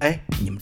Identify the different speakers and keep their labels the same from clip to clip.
Speaker 1: 哎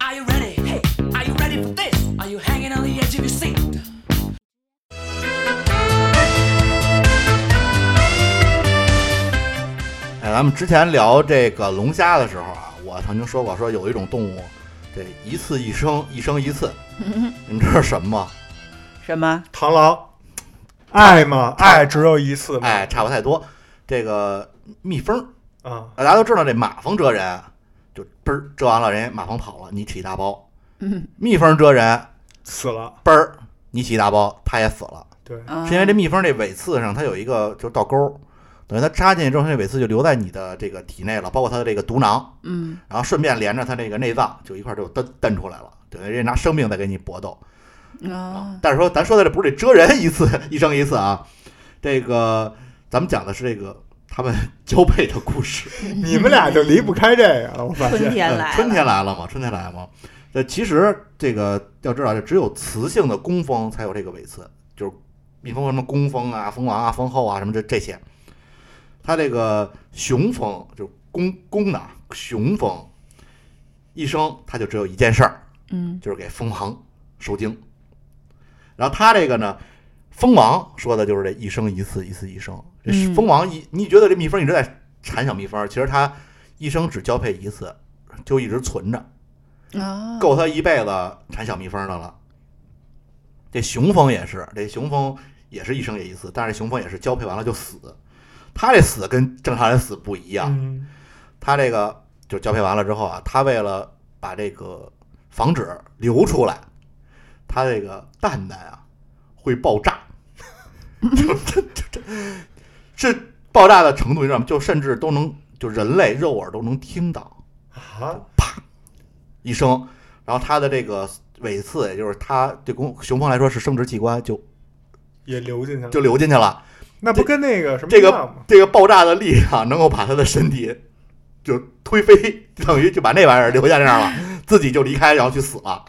Speaker 2: Are you ready? Hey, are you ready for this? Are you hanging on the edge of your seat?
Speaker 1: 哎，咱们之前聊这个龙虾的时候啊，我曾经说过，说有一种动物，这一次一生，一生一次。你们知道是什么吗？
Speaker 3: 什么？
Speaker 4: 螳螂，爱吗？爱只有一次吗？
Speaker 1: 哎，差不太多。这个蜜蜂，
Speaker 4: 啊，
Speaker 1: 大家都知道，这马蜂蛰人，就嘣儿蛰完了，人家马蜂跑了，你起一大包。蜜蜂蛰人，
Speaker 4: 死了。
Speaker 1: 嘣儿，你起一大包，它也死了。
Speaker 4: 对，
Speaker 3: 嗯、
Speaker 1: 是因为这蜜蜂这尾刺上它有一个就是倒钩儿，等于它扎进去之后，它这尾刺就留在你的这个体内了，包括它的这个毒囊，
Speaker 3: 嗯，
Speaker 1: 然后顺便连着它这个内脏就一块儿就蹬蹬出来了，等于人家拿生命在跟你搏斗。
Speaker 3: 哦，
Speaker 1: 但是说咱说的这不是这蜇人一次一生一次啊，这个咱们讲的是这个他们 交配的故事。
Speaker 4: 你们俩就离不开这个了，我发
Speaker 3: 春
Speaker 4: 现。
Speaker 3: 天
Speaker 1: 嗯
Speaker 3: 来了，
Speaker 1: 春天来了嘛，春天来了嘛。呃，其实这个要知道，这只有雌性的工蜂才有这个尾刺，就是蜜蜂什么工蜂啊、蜂王啊、蜂后啊什么这这些。它这个雄蜂就是公公的啊雄蜂，一生它就只有一件事儿，
Speaker 3: 嗯，
Speaker 1: 就是给蜂王受精。然后它这个呢，蜂王说的就是这一生一次，一次一生。这
Speaker 3: 嗯
Speaker 1: 蜂王一，你觉得这蜜蜂一直在产小蜜蜂，其实它一生只交配一次，就一直存着，
Speaker 3: 哦，
Speaker 1: 够它一辈子产小蜜蜂的了。这雄蜂也是，这雄蜂也是一生也一次，但是雄蜂也是交配完了就死。它这死跟正常人死不一样，
Speaker 4: 嗯，
Speaker 1: 他这个就交配完了之后啊，他为了把这个防止流出来，他这个蛋蛋啊会爆炸， 这这这这爆炸的程度你知道吗？就甚至都能就人类肉耳都能听到
Speaker 4: 啊，
Speaker 1: 一声，然后它的这个尾刺，也就是它对公雄蜂来说是生殖器官，就
Speaker 4: 也流进去了。
Speaker 1: 就流进去了。
Speaker 4: 那不跟那个什么
Speaker 1: 这
Speaker 4: 一
Speaker 1: 个
Speaker 4: 样吗？
Speaker 1: 这个爆炸的力量能够把他的身体就推飞，等于就把那玩意儿留下这样 了，自己就离开，然后去死了。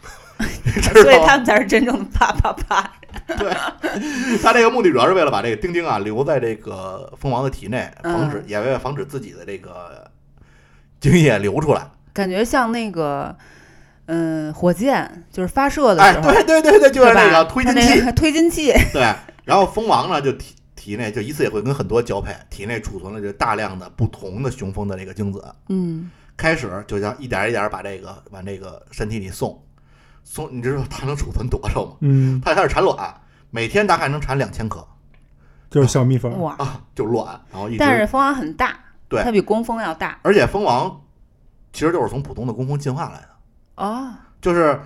Speaker 1: 知
Speaker 3: 所以
Speaker 1: 道吗
Speaker 3: 他们才是真正的啪 啪啪。
Speaker 1: 他这个目的主要是为了把这个钉钉啊留在这个蜂王的体内，
Speaker 3: 嗯
Speaker 1: 防止、也为了防止自己的这个精液流出来。
Speaker 3: 感觉像那个，嗯，火箭就是发射的
Speaker 1: 哎，
Speaker 3: 时候，
Speaker 1: 对对对对，就是
Speaker 3: 嗯是吧
Speaker 1: 那个推进
Speaker 3: 它那
Speaker 1: 器。
Speaker 3: 个 推进器，
Speaker 1: 对，然后蜂王呢就体体内就一次也会跟很多交配，体内储存了就大量的不同的雄蜂的这个精子。
Speaker 3: 嗯，
Speaker 1: 开始就像一点一点把这个往这个身体里送，送，你知道它能储存多少吗？
Speaker 4: 嗯，
Speaker 1: 它开始产卵，每天大概能产两千颗
Speaker 4: 就是小蜜蜂。
Speaker 3: 哇，
Speaker 1: 啊，就卵，然后一直。
Speaker 3: 但是蜂王很大，
Speaker 1: 对
Speaker 3: 它比工蜂要大
Speaker 1: 而且蜂王其实就是从普通的工蜂进化来的，呃
Speaker 3: 哦，
Speaker 1: 就是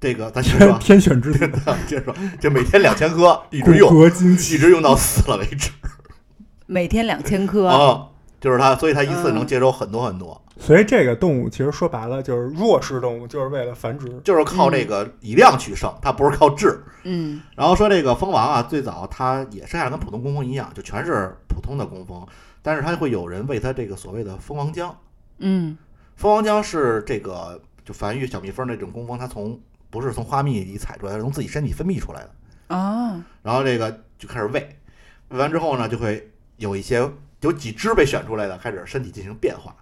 Speaker 1: 这个咱接着说，
Speaker 5: 天选之 子，
Speaker 1: 接着说，这每天两千颗 一
Speaker 5: 骨
Speaker 1: 直用，
Speaker 5: 骼惊奇。
Speaker 1: 一直用到死了为止
Speaker 3: 每天两千颗，
Speaker 1: 啊。就是它，所以它一次
Speaker 3: 嗯
Speaker 1: 能接收很多很多，
Speaker 4: 所以这个动物其实说白了就是弱势动物，就是为了繁殖。
Speaker 1: 就是靠这个以量取胜，它不是靠质。
Speaker 3: 嗯，
Speaker 1: 然后说这个蜂王啊，最早它也生下来跟普通工蜂一样，就全是普通的工蜂，但是它会有人喂它这个所谓的蜂王浆。
Speaker 3: 嗯
Speaker 1: 蜂王浆是这个就繁育小蜜蜂那种工蜂，它从不是从花蜜里采出来，是从自己身体分泌出来的。
Speaker 3: 哦，
Speaker 1: 然后这个就开始喂，喂完之后呢，就会有一些有几只被选出来的开始身体进行变化，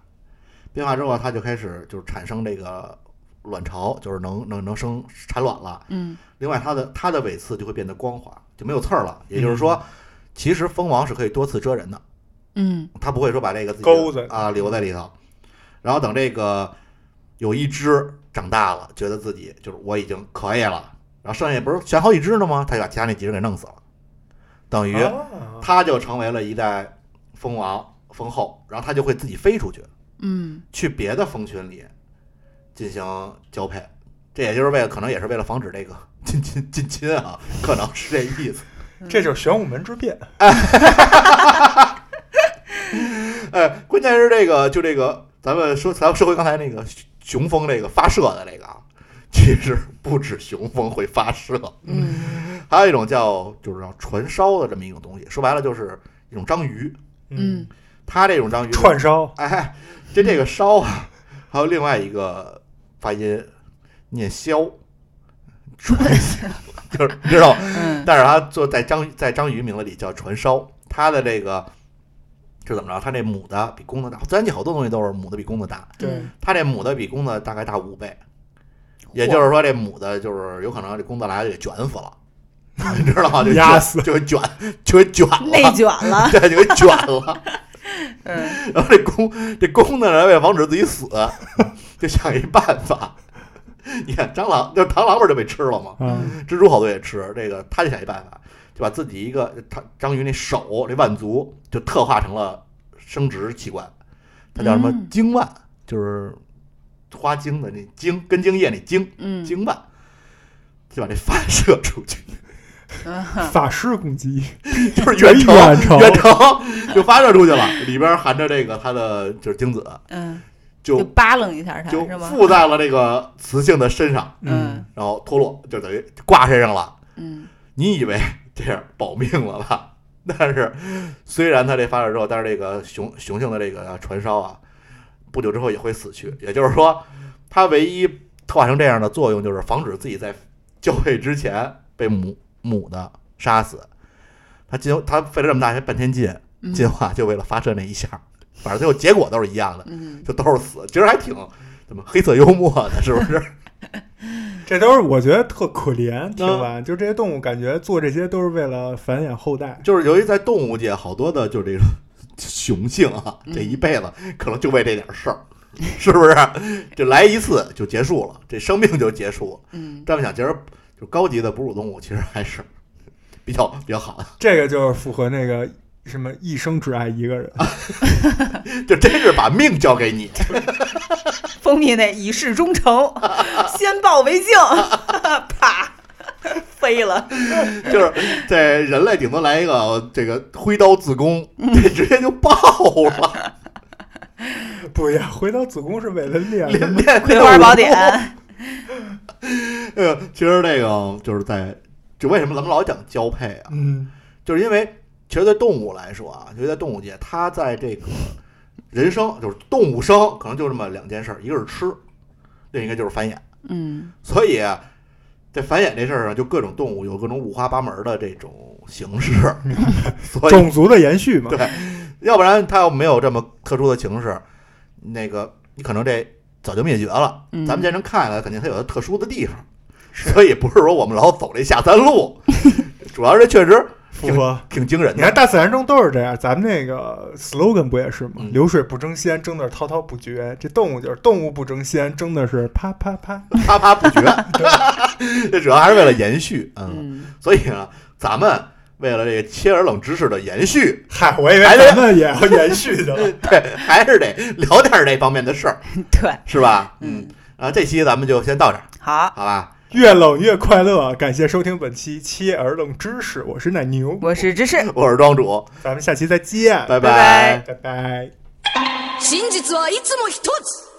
Speaker 1: 变化之后它就开始就是产生这个卵巢，就是能能能生产卵了。
Speaker 3: 嗯
Speaker 1: 另外，它的它的尾刺就会变得光滑，就没有刺儿了。也就是说，其实蜂王是可以多次蜇人的，
Speaker 3: 嗯
Speaker 1: 它不会说把这个自己
Speaker 4: 钩子
Speaker 1: 啊留在里头。然后等这个有一只长大了，觉得自己就是我已经可以了，然后剩下不是选好几只呢吗？它就把其他那几只给弄死了，等于
Speaker 4: 啊，
Speaker 1: 它就成为了一代蜂王蜂后，然后它就会自己飞出去，
Speaker 3: 嗯
Speaker 1: 去别的蜂群里进行交配，这也就是为了可能也是为了防止这个 近亲近亲啊，可能是这意思。
Speaker 4: 这就是玄武门之变。
Speaker 1: 哎，关键是这个就这个，咱们说咱们说回刚才那个雄蜂这个发射的这个啊，其实不止雄蜂会发射，
Speaker 3: 嗯
Speaker 1: 还有一种叫就是叫船烧的这么一种东西，说白了就是一种章鱼。
Speaker 3: 嗯，
Speaker 1: 它这种章鱼
Speaker 4: 串烧
Speaker 1: 哎，就这个烧啊，还有另外一个发音念消， 传销，就是你知道，
Speaker 3: 嗯
Speaker 1: 但是它做在章鱼在章鱼名字里叫传烧，它的这个是怎么着？它这母的比公的大，自然界好多东西都是母的比公的大，
Speaker 4: 对
Speaker 1: 它这母的比公的大概大五倍，也就是说这母的就是有可能这公的来了就给卷死了。 你知道吗？就
Speaker 4: 压
Speaker 1: 卷
Speaker 4: 死
Speaker 1: 就给卷，就给卷
Speaker 6: 内
Speaker 1: 了，，
Speaker 6: 卷了
Speaker 1: 对，就给卷了。
Speaker 3: 嗯，
Speaker 1: 然后这公这公呢，人为了防止自己死，就想一办法。 你看蟑螂，就螳螂不是就被吃了吗？
Speaker 4: 啊，
Speaker 1: 蜘蛛好多也吃，这个他就想一办法，就把自己一个他章鱼那手这腕足就特化成了生殖器官，它叫什么
Speaker 3: 嗯
Speaker 1: 精腕，就是花精的那精，根茎叶那精
Speaker 3: 嗯
Speaker 1: 精腕，就把这发射出去，
Speaker 3: 嗯
Speaker 4: 法师攻击，
Speaker 1: 就是远程
Speaker 4: 远程
Speaker 1: 远程就发射出去了，里边含着这个它的就是精子，
Speaker 3: 嗯，
Speaker 1: 就
Speaker 3: 就扒楞一下它
Speaker 1: 就是
Speaker 3: 吗？
Speaker 1: 附在了这个雌性的身上，
Speaker 3: 嗯
Speaker 1: 然后脱落，就等于挂身上了。
Speaker 3: 嗯
Speaker 1: 你以为这样保命了吧？ 但是虽然它这发射之后，但是这个雄雄性的这个传烧啊，不久之后也会死去。也就是说，它唯一特化成这样的作用就是防止自己在交配之前被母母的杀死。它进它费了这么大半天劲
Speaker 3: 嗯
Speaker 1: 进化，就为了发射那一下，反正最后结果都是一样的。
Speaker 3: 嗯，
Speaker 1: 就都是死，其实还挺怎么黑色幽默的，是不是？
Speaker 4: 这都是我觉得特可怜。听完就这些动物，感觉做这些都是为了繁衍后代。
Speaker 1: 就是由于在动物界，好多的就是这种雄性啊，这一辈子可能就为这点事儿，是不是？这来一次就结束了，这生命就结束了。
Speaker 3: 嗯
Speaker 1: 这么想，其实就高级的哺乳动物其实还是比较比较好的，
Speaker 4: 这个就是符合那个什么一生只爱一个人，
Speaker 1: 就真是把命交给你，
Speaker 6: 蜂蜜那以示忠诚，先报为敬，啪，飞了。
Speaker 1: 就是在人类顶多来一个这个挥刀自宫，
Speaker 6: 嗯
Speaker 1: 这直接就爆 了，
Speaker 4: 不也回到子宫是为了练的
Speaker 1: 连
Speaker 4: 吗？
Speaker 1: 练
Speaker 6: 葵花宝典，
Speaker 1: 呃，其实这个就是在，就为什么咱们老讲交配啊，
Speaker 4: 嗯，
Speaker 1: 就是因为其实对动物来说啊，尤其在动物界，它在这个人生就是动物生，可能就这么两件事，儿，一个是吃，另一个就是繁衍，
Speaker 3: 嗯
Speaker 1: 所以啊在繁衍这事儿上，就各种动物有各种五花八门的这种形式，所以
Speaker 4: 种族的延续嘛。
Speaker 1: 对，要不然它要没有这么特殊的形式，那个你可能这早就灭绝了。
Speaker 3: 嗯，
Speaker 1: 咱们这能看下来，肯定它有它特殊的地方，所以不是说我们老走这下三 路，主要是确实
Speaker 4: 符合。
Speaker 1: 挺惊人
Speaker 4: 你看
Speaker 1: 的。
Speaker 4: 大自然中都是这样，咱们那个 slogan 不也是吗？
Speaker 1: 嗯
Speaker 4: 流水不争先，争的是滔滔不绝。这动物就是动物不争先，争的是啪啪啪。
Speaker 1: 啪啪不绝， 这主要还是为了延续，嗯，
Speaker 3: 嗯
Speaker 1: 所以呢，咱们为了这个切尔冷知识的延续，
Speaker 4: 嗨，哎我以 为
Speaker 1: 还得
Speaker 4: 咱们也要延续 的了。
Speaker 1: 对，还是得聊点儿这方面的事儿，
Speaker 3: 对，
Speaker 1: 是吧？
Speaker 3: 嗯，
Speaker 1: 啊，这期咱们就先到这儿，
Speaker 3: 好，
Speaker 1: 好吧？
Speaker 4: 越冷越快乐，啊感谢收听本期《切耳冷知识》，我是奶牛，
Speaker 3: 我是芝士，
Speaker 1: 我是庄主，
Speaker 4: 咱们下期再见，
Speaker 1: 拜
Speaker 3: 拜拜
Speaker 4: 拜拜。
Speaker 5: 真実はいつも一つ